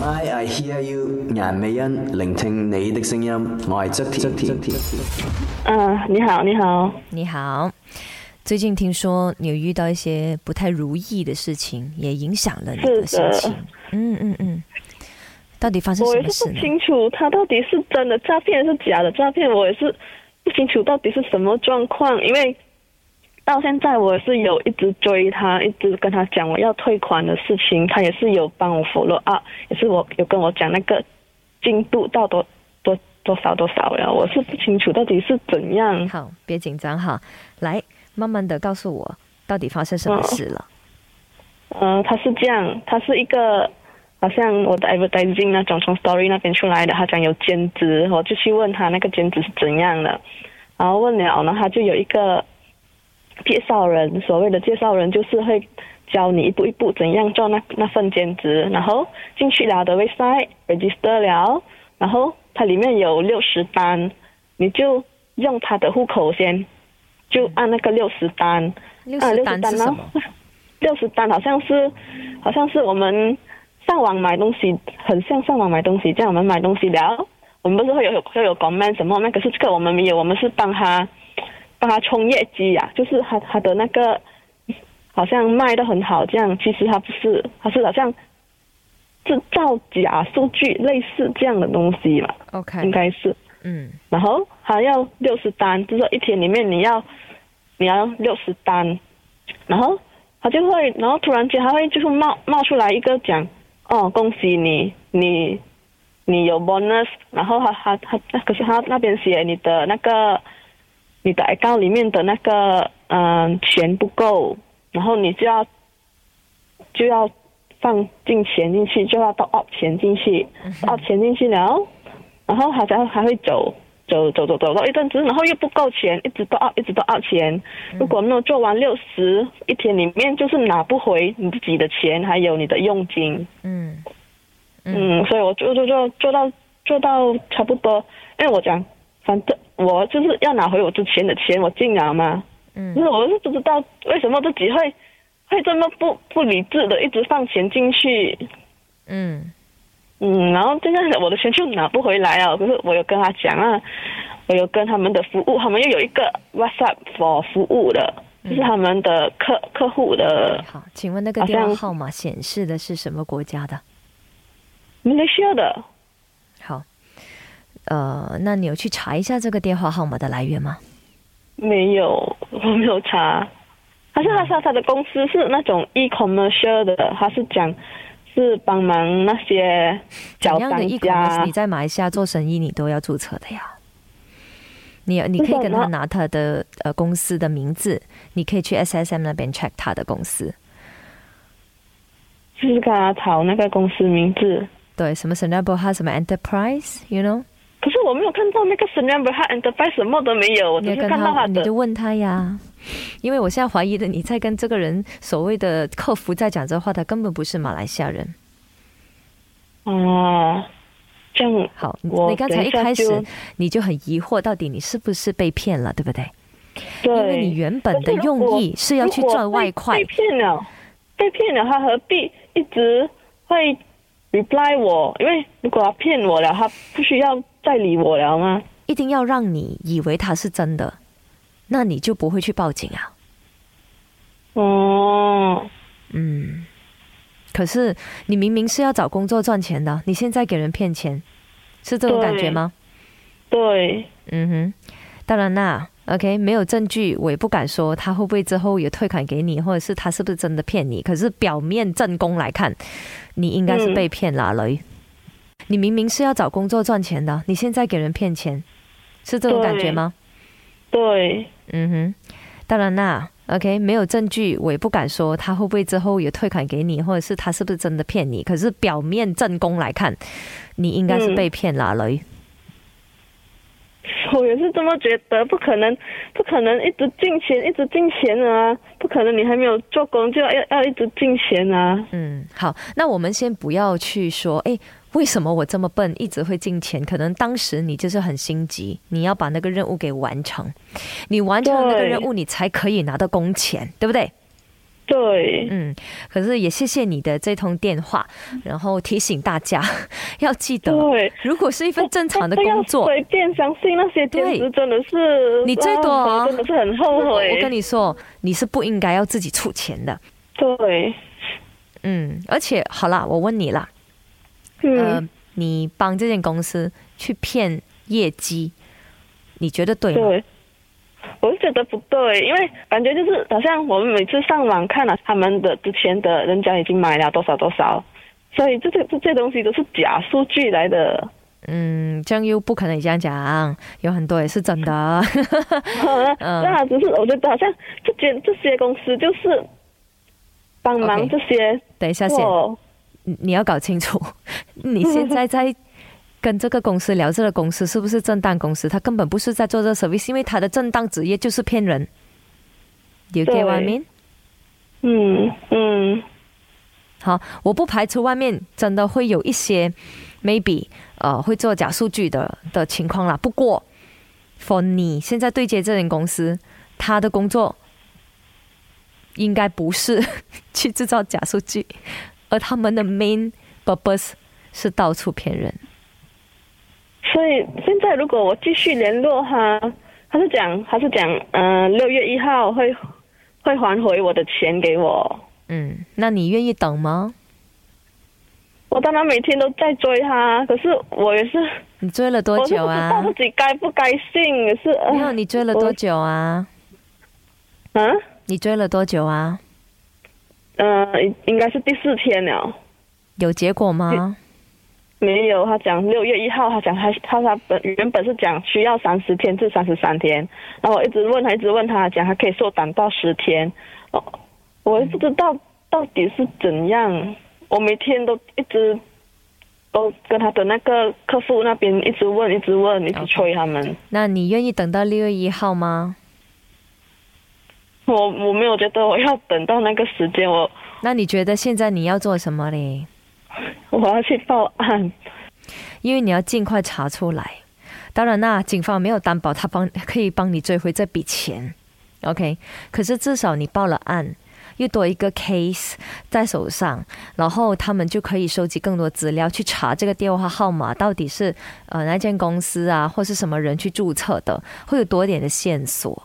I I hear you，顏美欣聆聽你的聲音，我係側田。側田嗯，你好，你好，你好，最近听说你有遇到一些不太如意的事情，也影响了你的是心的情。嗯嗯嗯，到底发生我什也么是事不呢？清楚他到底是真的诈骗还是假的诈骗，我也是不清楚到底是什么状况，因为到现在我是有一直追他，一直跟他讲我要退款的事情，他也是有帮我 follow up，也是我有跟我讲那个进度到多多多少多少了，我是不清楚到底是怎样。好，别紧张哈，来慢慢的告诉我到底发生什么事哦了。嗯，他是这样，他是一个好像我的 advertising 那种从 story 那边出来的，他讲有兼职，我就去问他那个兼职是怎样的，然后问了，然哦后他就有一个介绍人，所谓的介绍人就是会教你一步一步怎样做那那份兼职，然后进去了的 website register 了，然后它里面有六十单，你就用他的户口先，就按那个六十单，六啊十60单单是呢什么？六十单好像是，好像是我们上网买东西，很像上网买东西，这样我们买东西聊，我们不是会有有会有 comment 什么吗？可是这个我们没有，我们是帮他帮他冲业绩呀、就是他他的那个好像卖的很好这样，其实他不是，他是好像制造假数据类似这样的东西吧，应 OK，该是。嗯然后还要六十单，就是说一天里面你要你要六十单，然后他就会，然后突然间他会就是冒冒出来一个讲，哦，恭喜你，你你有 bonus，然后他他他，那可是他那边写你的那个你的 account 里面的那个嗯、钱不够，然后你就要就要放进钱进去，就要到 up 钱进去，up 钱进去了。然后好像还会走走走走走到一阵子，然后又不够钱，一直都要一直都要钱。如果没有做完六十一天里面，就是拿不回你自己的钱，还有你的佣金。嗯嗯，所以我就就就做到做到差不多，因为我讲，反正我就是要拿回我之前的钱，我进了嘛。就嗯是我是不知道为什么自己会会这么不不理智的一直放钱进去，嗯嗯，然后现在我的钱就拿不回来啊了。可是我有跟他讲啊，我有跟他们的服务，他们又有一个 WhatsApp for 服务的，嗯就是他们的客客户的呃好，请问那个好电话像号码显示的是什么国家的？马来西亚的。好，呃，那你有去查一下这个电话号码的来源吗？没有，我没有查。好像他说他的公司是那种 e commercial 的，他是讲是帮忙那些怎小样的商 e c 家 o 你在马来西亚做生意，你都要注册的呀。你你可以啊跟那他我拿他的呃公司的名字，你可以去 SSM 那边 check 他的公司，就是跟他讨那个公司名字。对，什么 s e n a b o 什么 Enterprise，you know，可是我没有看到那个 s e n a b r a Enterprise 什么都没有，我你只是要跟看到他，他你的就问他呀。因为我现在怀疑的你在跟这个人所谓的客服在讲这话，他根本不是马来西亚人。啊，这样好，我你刚才等一一下开始就你就很疑惑，到底你是不是被骗了，对不对？对，因为你原本的用意是要去赚外快被，骗了，被骗了，他何必一直会 reply 我？因为如果他骗我了，他不需要再理我了吗？一定要让你以为它是真的，那你就不会去报警啊。哦，嗯，可是你明明是要找工作赚钱的，你现在给人骗钱，是这种感觉吗？对，嗯哼，当然啦。OK，没有证据，我也不敢说他会不会之后有退款给你，或者是他是不是真的骗你。可是表面正宫来看，你应该是被骗啦，嗯雷、你明明是要找工作赚钱的，你现在给人骗钱，是这种感觉对吗？对，嗯哼，当然啦，OK，没有证据，我也不敢说他会不会之后有退款给你，或者是他是不是真的骗你。可是表面正宫来看，你应该是被骗啦，雷、我也是这么觉得，不可能，不可能一直进钱，一直进钱啊，不可能你还没有做工就要要要一直进钱啊，嗯，好，那我们先不要去说，诶，为什么我这么笨，一直会进钱？可能当时你就是很心急，你要把那个任务给完成，你完成了那个对任务，你才可以拿到工钱，对不对？对，嗯，可是也谢谢你的这通电话，然后提醒大家 要记得，对。如果是一份正常的不要工作，随便相信那些兼对职，真的是你最多啊啊我真的是很后我悔。我跟你说，你是不应该要自己出钱的。对，嗯，而且好啦，我问你啦，呃嗯，，你帮这间公司去骗业绩，你觉得对吗？对，我是觉得不对，因为感觉就是好像我们每次上网看了、啊他们的之前的人家已经买了多少多少，所以这些这些东西都是假数据来的。嗯，这样又不可能这样讲，有很多也是真的。 嗯那只是我觉得好像这些这些公司就是帮忙 OK 这些等一下先，做，你你要搞清楚， 你现在在跟这个公司聊这个公司是不是正当公司？他根本不是在做这个 service，因为他的正当职业就是骗人。You get what I 对 mean？嗯嗯好，我不排除外面真的会有一些 maybe 呃会做假数据的的情况啦。不过，for 你现在对接这间公司，他的工作应该不是 去制造假数据，而他们的 main purpose 是到处骗人。所以现在如果我继续联络他，他是讲他是讲，嗯、呃，六月一号会会还回我的钱给我。嗯，那你愿意等吗？我当然每天都在追他，可是我也是，你追了多我是久不知 啊道？自己该不该信，也是。没有，呃你追了多久啊？嗯、啊、你追了多久啊？呃，应应该是第四天了。有结果吗？没有，他讲六月一号，他讲他他他本原本是讲需要三十天至三十三天，然后我一直问他，一直问他，讲他可以缩短到十天，哦，我也不知道到底是怎样，我每天都一直都跟他的那个客服那边一直问，一直问，一直催他们，那你愿意等到六月一号吗？我我没有觉得我要等到那个时间，我那你觉得现在你要做什么嘞？我要去报案，因为你要尽快查出来。当然啦，警方没有担保他帮可以帮你追回这笔钱，OK？可是至少你报了案，又多一个 case 在手上，然后他们就可以收集更多资料去查这个电话号码到底是呃那间公司啊，或是什么人去注册的，会有多一点的线索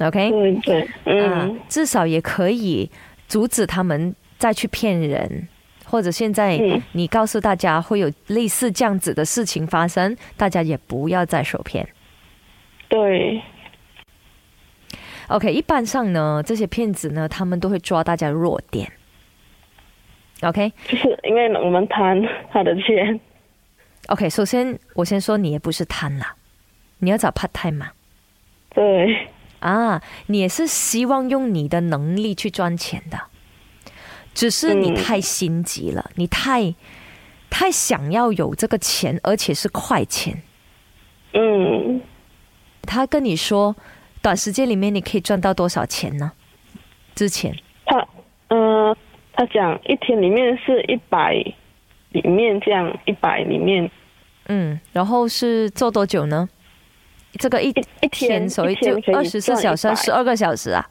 ，OK？对对，哎啊嗯，至少也可以阻止他们再去骗人，或者现在嗯你告诉大家会有类似这样子的事情发生，大家也不要再受骗。对， OK，一般上呢，这些骗子呢，他们都会抓大家弱点。OK，就是因为我们贪他的钱， OK，首先我先说你也不是贪啦，你要找 part time 嘛，对。啊，你也是希望用你的能力去赚钱的，只是你嗯太心急了，你太太想要有这个钱，而且是快钱。嗯他跟你说，短时间里面你可以赚到多少钱呢？之前，他嗯、呃他讲一天里面是一百里面这样，一百里面嗯，然后是做多久呢？这个一一一天天，所以一天就可以二十四赚小时、 100十二个小时啊。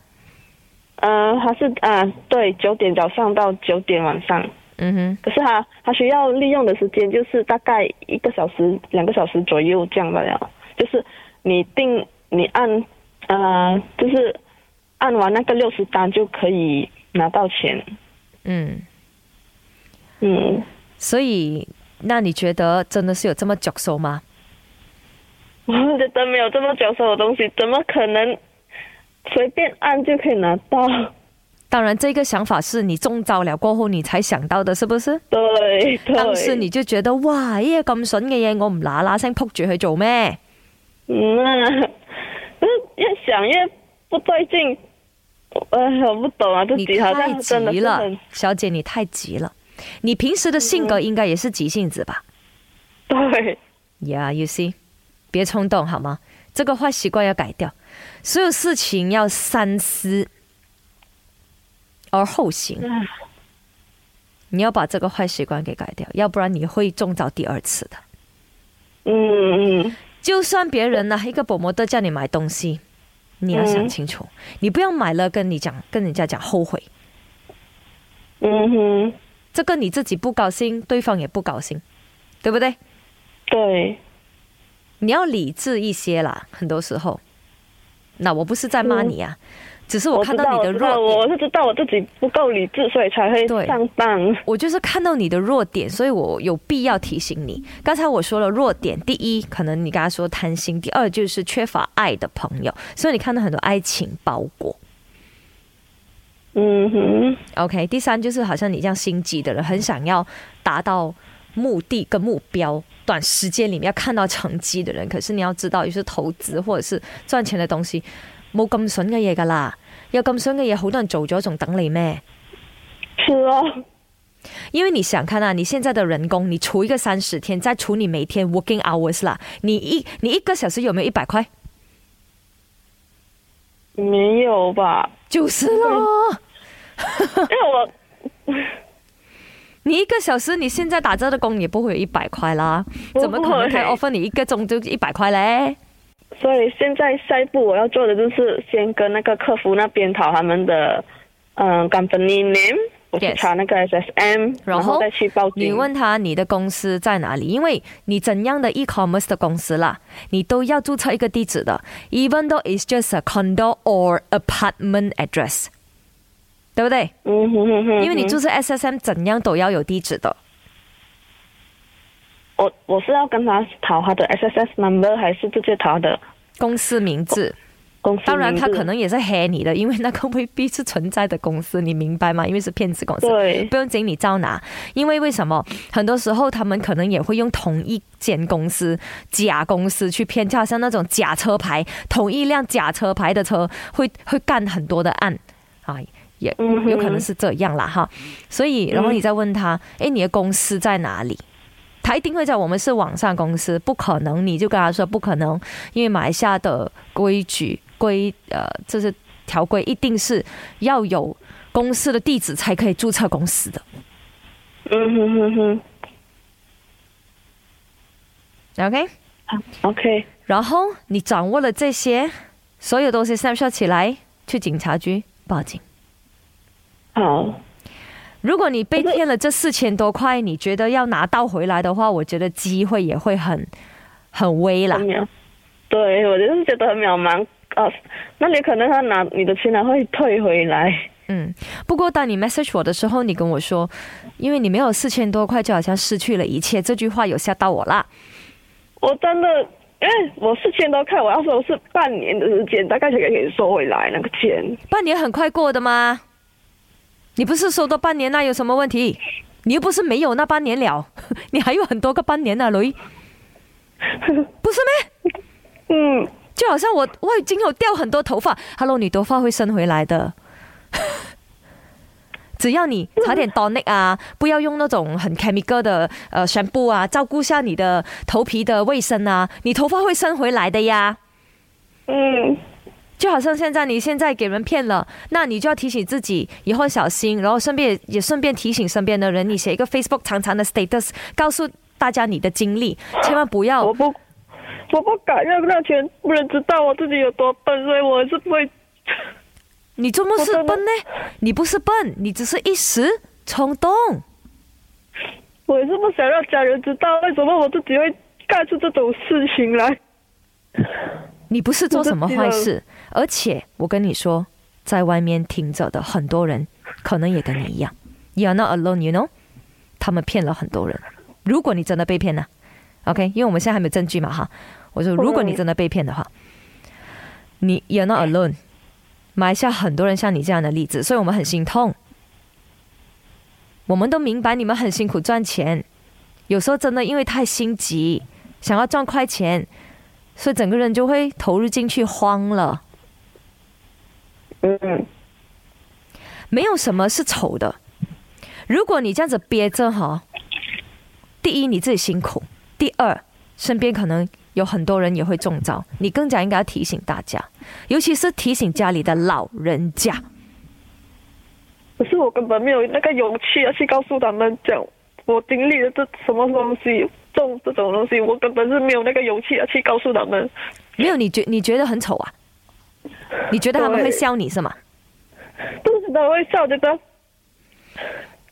呃，他是啊、对，九点早上到九点晚上，嗯哼，可是他他需要利用的时间就是大概一个小时、两个小时左右这样罢了，就是你定你按呃，就是按完那个六十单就可以拿到钱，嗯，嗯。所以那你觉得真的是有这么脚手吗？ 我觉得没有这么久手的东西，怎么可能随便按就可以拿到？ 当然，这个想法是你中招了过后你才想到的，是不是？对对，当时你就觉得哇，呢嘢咁筍嘅嘢，我唔嗱嗱聲撲住去做咩？嗯啊，可是越想越不对劲，呃，我不懂啊，自你己好太像真的嗯急是了很，小姐，你太急了。你平时的性格应该也是急性子吧对， ？Yeah，you see，别冲动好吗？这个坏习惯要改掉，所有事情要三思而后行。唉你要把这个坏习惯给改掉，要不然你会中招第二次的。嗯嗯嗯就算别人呢、一个保摩都叫你买东西，你要想清楚，你不要买了跟你讲跟人家讲后悔，嗯哼，这个你自己不高兴，对方也不高兴，对不对？对，你要理智一些啦，很多时候。那我不是在骂你啊，只是我看知到道，嗯你的我知道，弱点我，是知道我自己不够理智，所以才会对上当。我就是看到你的弱点，所以我有必要提醒你。刚才我说了弱点，第一，可能你刚才说贪心；第二，就是缺乏爱的朋友。所以你看到很多爱情包裹。嗯哼， OK，第三就是好像你这样心急的人，很想要达到目的跟目标，短时间里面要看到成绩的人。可是你要知道，有些投资或者是赚钱的东西，冇咁筍嘅嘢噶啦。有咁筍嘅嘢，好多人做咗，仲等你咩？是哦，因为你想看啊，你现在的人工，你除一个三十天，再除你每天 working hours 啦，你一你一个小时有没有一百块？没有 吧？就是咯，因为我你一个小时，你现在打这的工也不会有一百块啦，不会怎么可能可以 offer 你一个钟就一百块嘞？所以现在下一步我要做的就是先跟那个客服那边讨他们的嗯、呃 company name，我去 Yes 查那个 SSM，然后然再去报警。你问他你的公司在哪里，因为你怎样的 e-commerce 的公司啦，你都要注册一个地址的，even though it's just a condo or apartment address，对不对？嗯哼哼哼，因为你注册 SSM 怎样都要有地址的。我我是要跟他讨他的 SSS number，还是直接讨他的公司名字，哦公司名字？当然他可能也是黑你的，因为那个未必是存在的公司，你明白吗？因为是骗子公司，对不用经你照拿。因为为什么很多时候他们可能也会用同一间公司、假公司去骗，就好像那种假车牌，同一辆假车牌的车会会干很多的案啊。也嗯哼嗯有可能是这样啦哈，所以然后你再问他，诶，你的公司在哪里？他一定会讲我们是网上公司，不可能，你就跟他说不可能，因为马来西亚的规矩规呃，这是条规，一定是要有公司的地址才可以注册公司的。嗯哼哼哼 OK，好，OK，然后你掌握了这些所有东西 snapshot 起来，去警察局报警。好，如果你被骗了这四千多块，你觉得要拿到回来的话，我觉得机会也会很很微啦很。渺，对我就是觉得很渺茫啊。那你可能他拿你的钱还会退回来。嗯，不过当你 message 我的时候，你跟我说，因为你没有四千多块，就好像失去了一切，这句话有吓到我啦。我真的，因为我四千多块，我要说是半年的时间，大概才可以收回来那个钱。半年很快过的吗？你不是收到半年那有什么问题？你又不是没有那半年了， 你还有很多个半年呢、啊，雷，不是咩？嗯，就好像我我已经有掉很多头发，Hello，你头发会生回来的。 只要你擦点 tonic 啊，不要用那种很 chemical 的呃 shampoo 啊，照顾下你的头皮的卫生啊，你头发会生回来的呀。嗯，就好像现在你现在给人骗了，那你就要提醒自己以后小心，然后顺便也顺便提醒身边的人，你写一个 Facebook 长长的 status，告诉大家你的经历，千万不要我不，我不敢让那钱不人知道我自己有多笨，所以我是不会。你做么是我真笨的呢？你不是笨，你只是一时冲动。我也是不想让家人知道为什么我自己会干出这种事情来。你不是做什么坏我知事，而且我跟你说，在外面听着的很多人，可能也跟你一样，You are not alone, you know？他们骗了很多人。如果你真的被骗了，OK，因为我们现在还没有证据嘛哈。我说，如果你真的被骗的话，你 You are not alone。马来西亚很多人像你这样的例子，所以我们很心痛。我们都明白你们很辛苦赚钱，有时候真的因为太心急，想要赚快钱，所以整个人就会投入进去，慌了。嗯，没有什么是丑的。如果你这样子憋着哈，第一你自己辛苦，第二身边可能有很多人也会中招，你更加应该要提醒大家，尤其是提醒家里的老人家。可是我根本没有那个勇气要去告诉他们讲我经历了这什么东西，中这种东西，我根本是没有那个勇气要去告诉他们。没有，你觉你觉得很丑啊？你觉得他们会对笑你是吗？不知道为啥觉得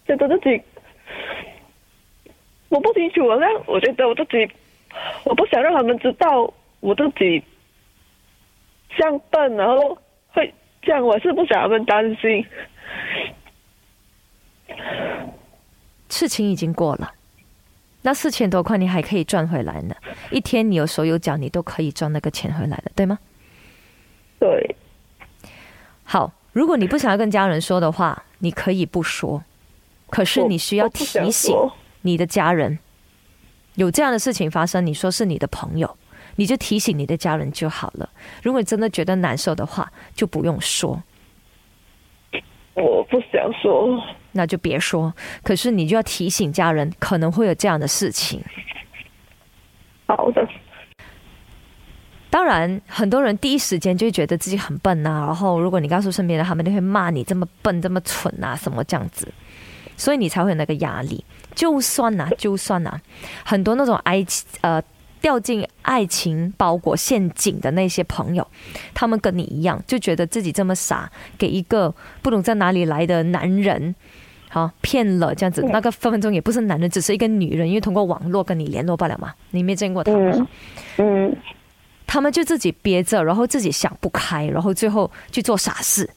觉得自己我不清楚，好像我觉得我自己我不想让他们知道我自己像笨，然后会这样，我是不想让他们担心。事情已经过了，那四千多块你还可以赚回来呢。一天你有手有脚，你都可以赚那个钱回来的，对吗？对，好，如果你不想要跟家人说的话，你可以不说，可是我你需要我不想提醒说你的家人有这样的事情发生，你说是你的朋友，你就提醒你的家人就好了。如果你真的觉得难受的话，就不用说。我不想说，那就别说。可是你就要提醒家人，可能会有这样的事情。好的，当然，很多人第一时间就会觉得自己很笨呐、然后如果你告诉身边的，他们就会骂你这么笨、这么蠢啊，什么这样子，所以你才会有那个压力。就算呐、就算呐、很多那种爱情呃掉进爱情包裹陷阱的那些朋友，他们跟你一样，就觉得自己这么傻，给一个不懂在哪里来的男人。好骗了这样子，那个分分钟也不是男人，只是一个女人，因为通过网络跟你联络罢了嘛。你没见过他嘛？嗯嗯，他们就自己憋着，然后自己想不开，然后最后去做傻事。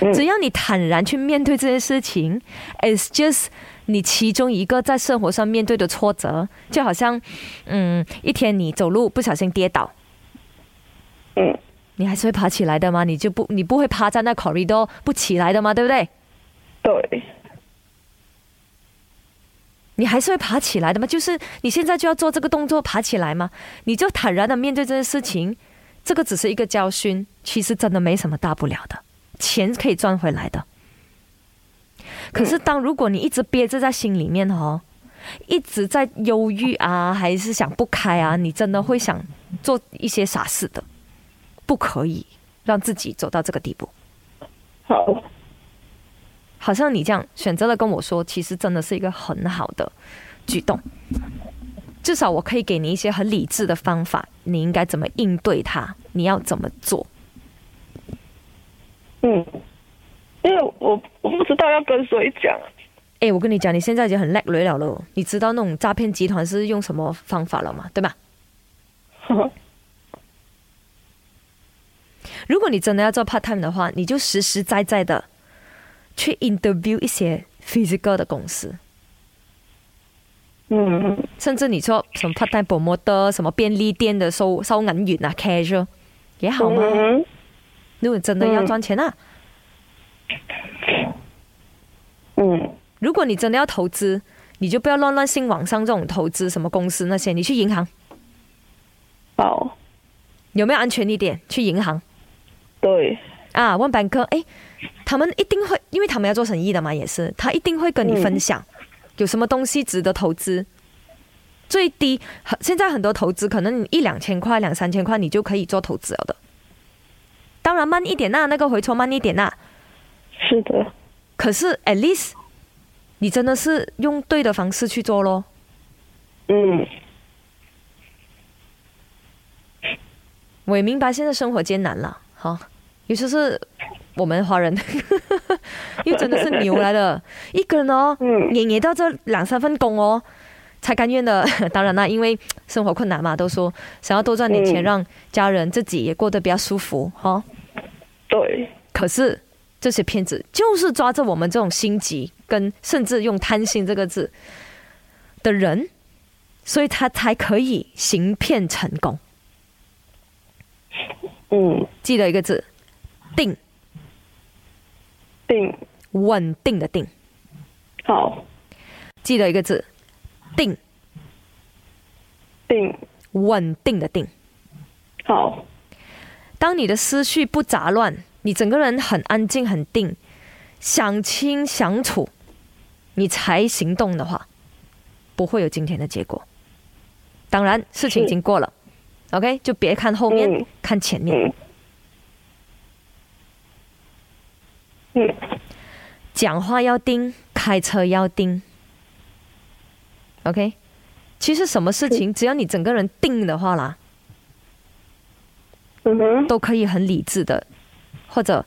嗯只要你坦然去面对这些事情，it's just 你其中一个在生活上面对的挫折，就好像，嗯，一天你走路不小心跌倒，嗯，你还是会爬起来的吗？你就不你不会趴在那 corridor 不起来的吗？对不对？对，你还是会爬起来的吗？就是你现在就要做这个动作爬起来吗？你就坦然的面对这件事情，这个只是一个教训，其实真的没什么大不了的，钱可以赚回来的。可是当如果你一直憋着在心里面哦，一直在忧郁啊，还是想不开啊，你真的会想做一些傻事的，不可以让自己走到这个地步。好，好像你这样选择了跟我说，其实真的是一个很好的举动。至少我可以给你一些很理智的方法，你应该怎么应对它，你要怎么做。嗯，因为我我不知道要跟谁讲，诶，哎我跟你讲，你现在已经很叻累了咯。你知道那种诈骗集团是用什么方法了吗？对吧？如果你真的要做 part time 的话，你就实实在在的去 interview 一些 physical 的公司，嗯甚至你做什么 part time promoter、什么便利店的收收银员啊、cashier 也好嘛。嗯如果真的要赚钱啊，嗯如果你真的要投资，你就不要乱乱信网上这种投资什么公司那些，你去银行好，有没有安全一点？去银行对，啊，问板哥，诶，他们一定会，因为他们要做生意的嘛，也是他一定会跟你分享有什么东西值得投资。最低很现在很多投资可能你一两千块、两三千块你就可以做投资了的。当然慢一点啊呐、那个回抽慢一点呐、是的，可是 at least 你真的是用对的方式去做咯。嗯我也明白现在生活艰难了，好，尤其是我们华人， 又真的是牛来的，一个人哦，嗯也也到这两三份工哦，才甘愿的。 当然啦，因为生活困难嘛，都说想要多赚点嗯钱，让家人自己也过得比较舒服，哈、对，可是这些骗子就是抓着我们这种心急，跟甚至用贪心这个字的人，所以他才可以行骗成功。嗯记得一个字，定。定稳定的定，好记得一个字，定，定稳定的定。好当你的思绪不杂乱，你整个人很安静、很定，想清想楚，你才行动的话，不会有今天的结果。当然，事情已经过了，OK，就别看后面，嗯看前面。嗯嗯讲话要盯，开车要盯。OK，其实什么事情，只要你整个人定的话啦，嗯哼，都可以很理智的，或者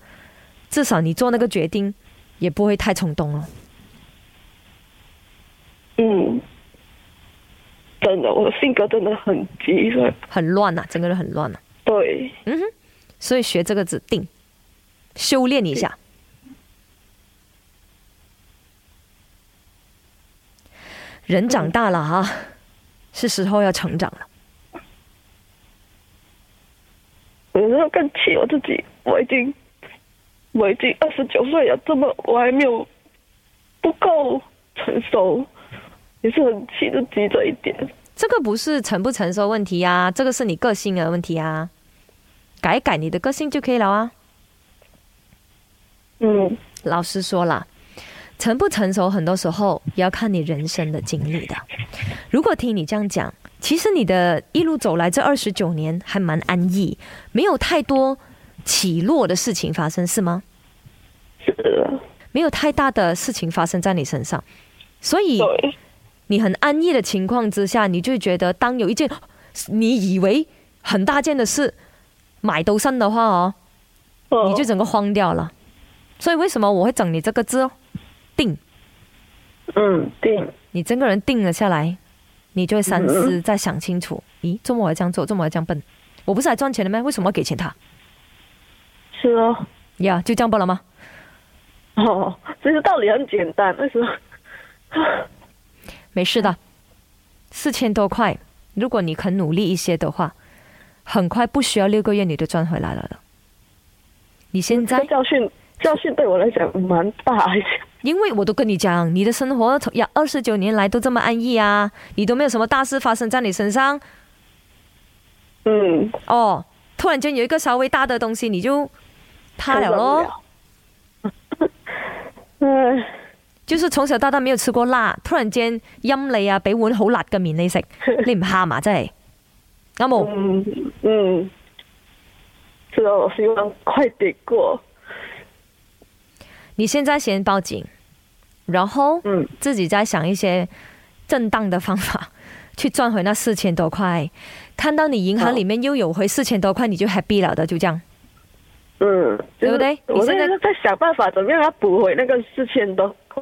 至少你做那个决定也不会太冲动了。嗯，真的，我的性格真的很急，所以很乱呐、整个人很乱呐、对，所以学这个字定，修炼一下。人长大了啊，是时候要成长了。我有时候更气我自己，我已经我已经二十九岁了，这么我还没有不够成熟，也是很气自己这一点。这个不是成不成熟问题啊，这个是你个性的问题啊，改一改你的个性就可以了啊。嗯老实说啦，成不成熟，很多时候也要看你人生的经历的。如果听你这样讲，其实你的一路走来这二十九年还蛮安逸，没有太多起落的事情发生，是吗？是的，没有太大的事情发生在你身上，所以对，你很安逸的情况之下，你就会觉得当有一件你以为很大件的事买到身的话哦，嗯你就整个慌掉了。所以为什么我会整你这个字哦？定，嗯定，你整个人定了下来，你就会三思，再想清楚，咦，做么我要这样做，做么我要这样笨？我不是来赚钱的吗？为什么要给钱他？是哦，呀、就这样不了吗？ 哦，其实道理很简单，为什么？没事的，四千多块，如果你肯努力一些的话，很快不需要六个月你就赚回来了的。你现这在个，教训教训对我来讲蛮大一些。因为我都跟你讲，你的生活从呀二十九年来都这么安逸啊，你都没有什么大事发生在你身上嗯，哦。突然间有一个稍微大的东西，你就塌了受咯。不了。唉，就是從小到大沒有吃過辣，突然間陰你啊，俾碗好辣嘅面你食，你唔喊啊真係啱冇？ 嗯嗯，是哦，我希望快点过。你现在先报警，然後嗯自己再想一些正當的方法去賺回那四千多塊。看到你銀行裡面又有回四千多塊，你就 happy 了的，就這樣。嗯，就对是不对我你现在在在想办法怎么样要补回那个四千多块。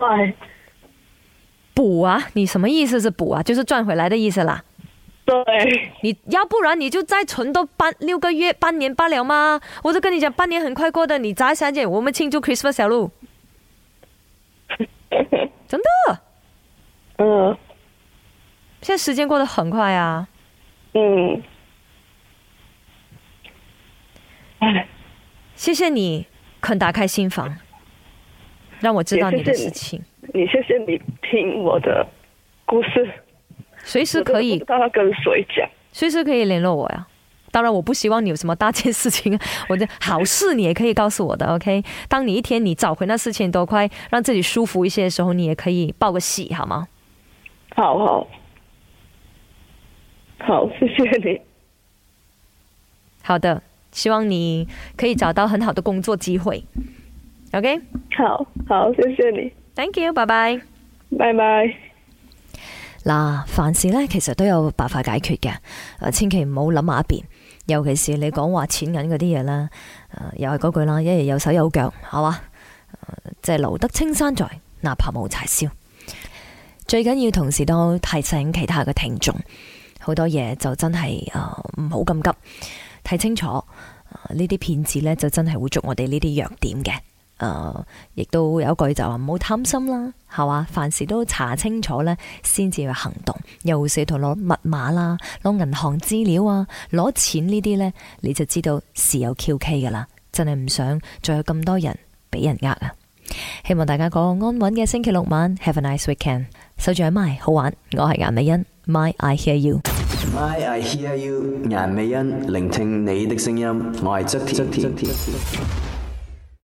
補啊，你什麼意思是補啊？就是賺回來的意思啦。对，你要不然你就再存多半六個月、半年罢了嘛。我都跟你講，半年很快過的，你眨一下眼，我們慶祝 Christmas 小路，真的。嗯现在时间过得很快啊！嗯，唉，谢谢你肯打开心房，让我知道你的事情，你谢谢你听我的故事，随时可我真的不以知，道要跟谁讲。随时可以联络我呀。当然，我不希望你有什么大件事情， 我的好事你也可以告诉我的，OK？当你一天你找回那四千多块，让自己舒服一些的时候，你也可以报个喜，好吗？好好好，谢谢你。好的，希望你可以找到很好的工作机会，OK？Thank、好好，谢谢你， you，拜拜。拜拜。嗱，凡事咧其實都有辦法解決嘅，誒千祈唔好諗埋一邊，尤其是你講話錢銀嗰啲嘢啦，誒又係嗰句啦，一日有手有腳，係嘛？誒即係留得青山在，哪怕冇柴燒。最緊要同時都提醒其他嘅聽眾，好多嘢就真係誒唔好咁急，睇清楚誒呢啲騙子咧就真係會捉我哋呢啲弱點嘅，誒、呃亦都有一句就話唔好貪心啦，係嘛？凡事都查清楚咧。先至去行動，又試圖攞密碼啦、攞銀行資料啊、攞錢呢啲呢，你就知道事有蹊蹺噶啦。真係唔想再有咁多人俾人呃啊！希望大家個安穩嘅星期六晚，Have a nice weekend。守住喺 My 好玩，我係顏美欣，My I hear you。 My I hear you，顏美欣聆聽你的聲音，我係側田。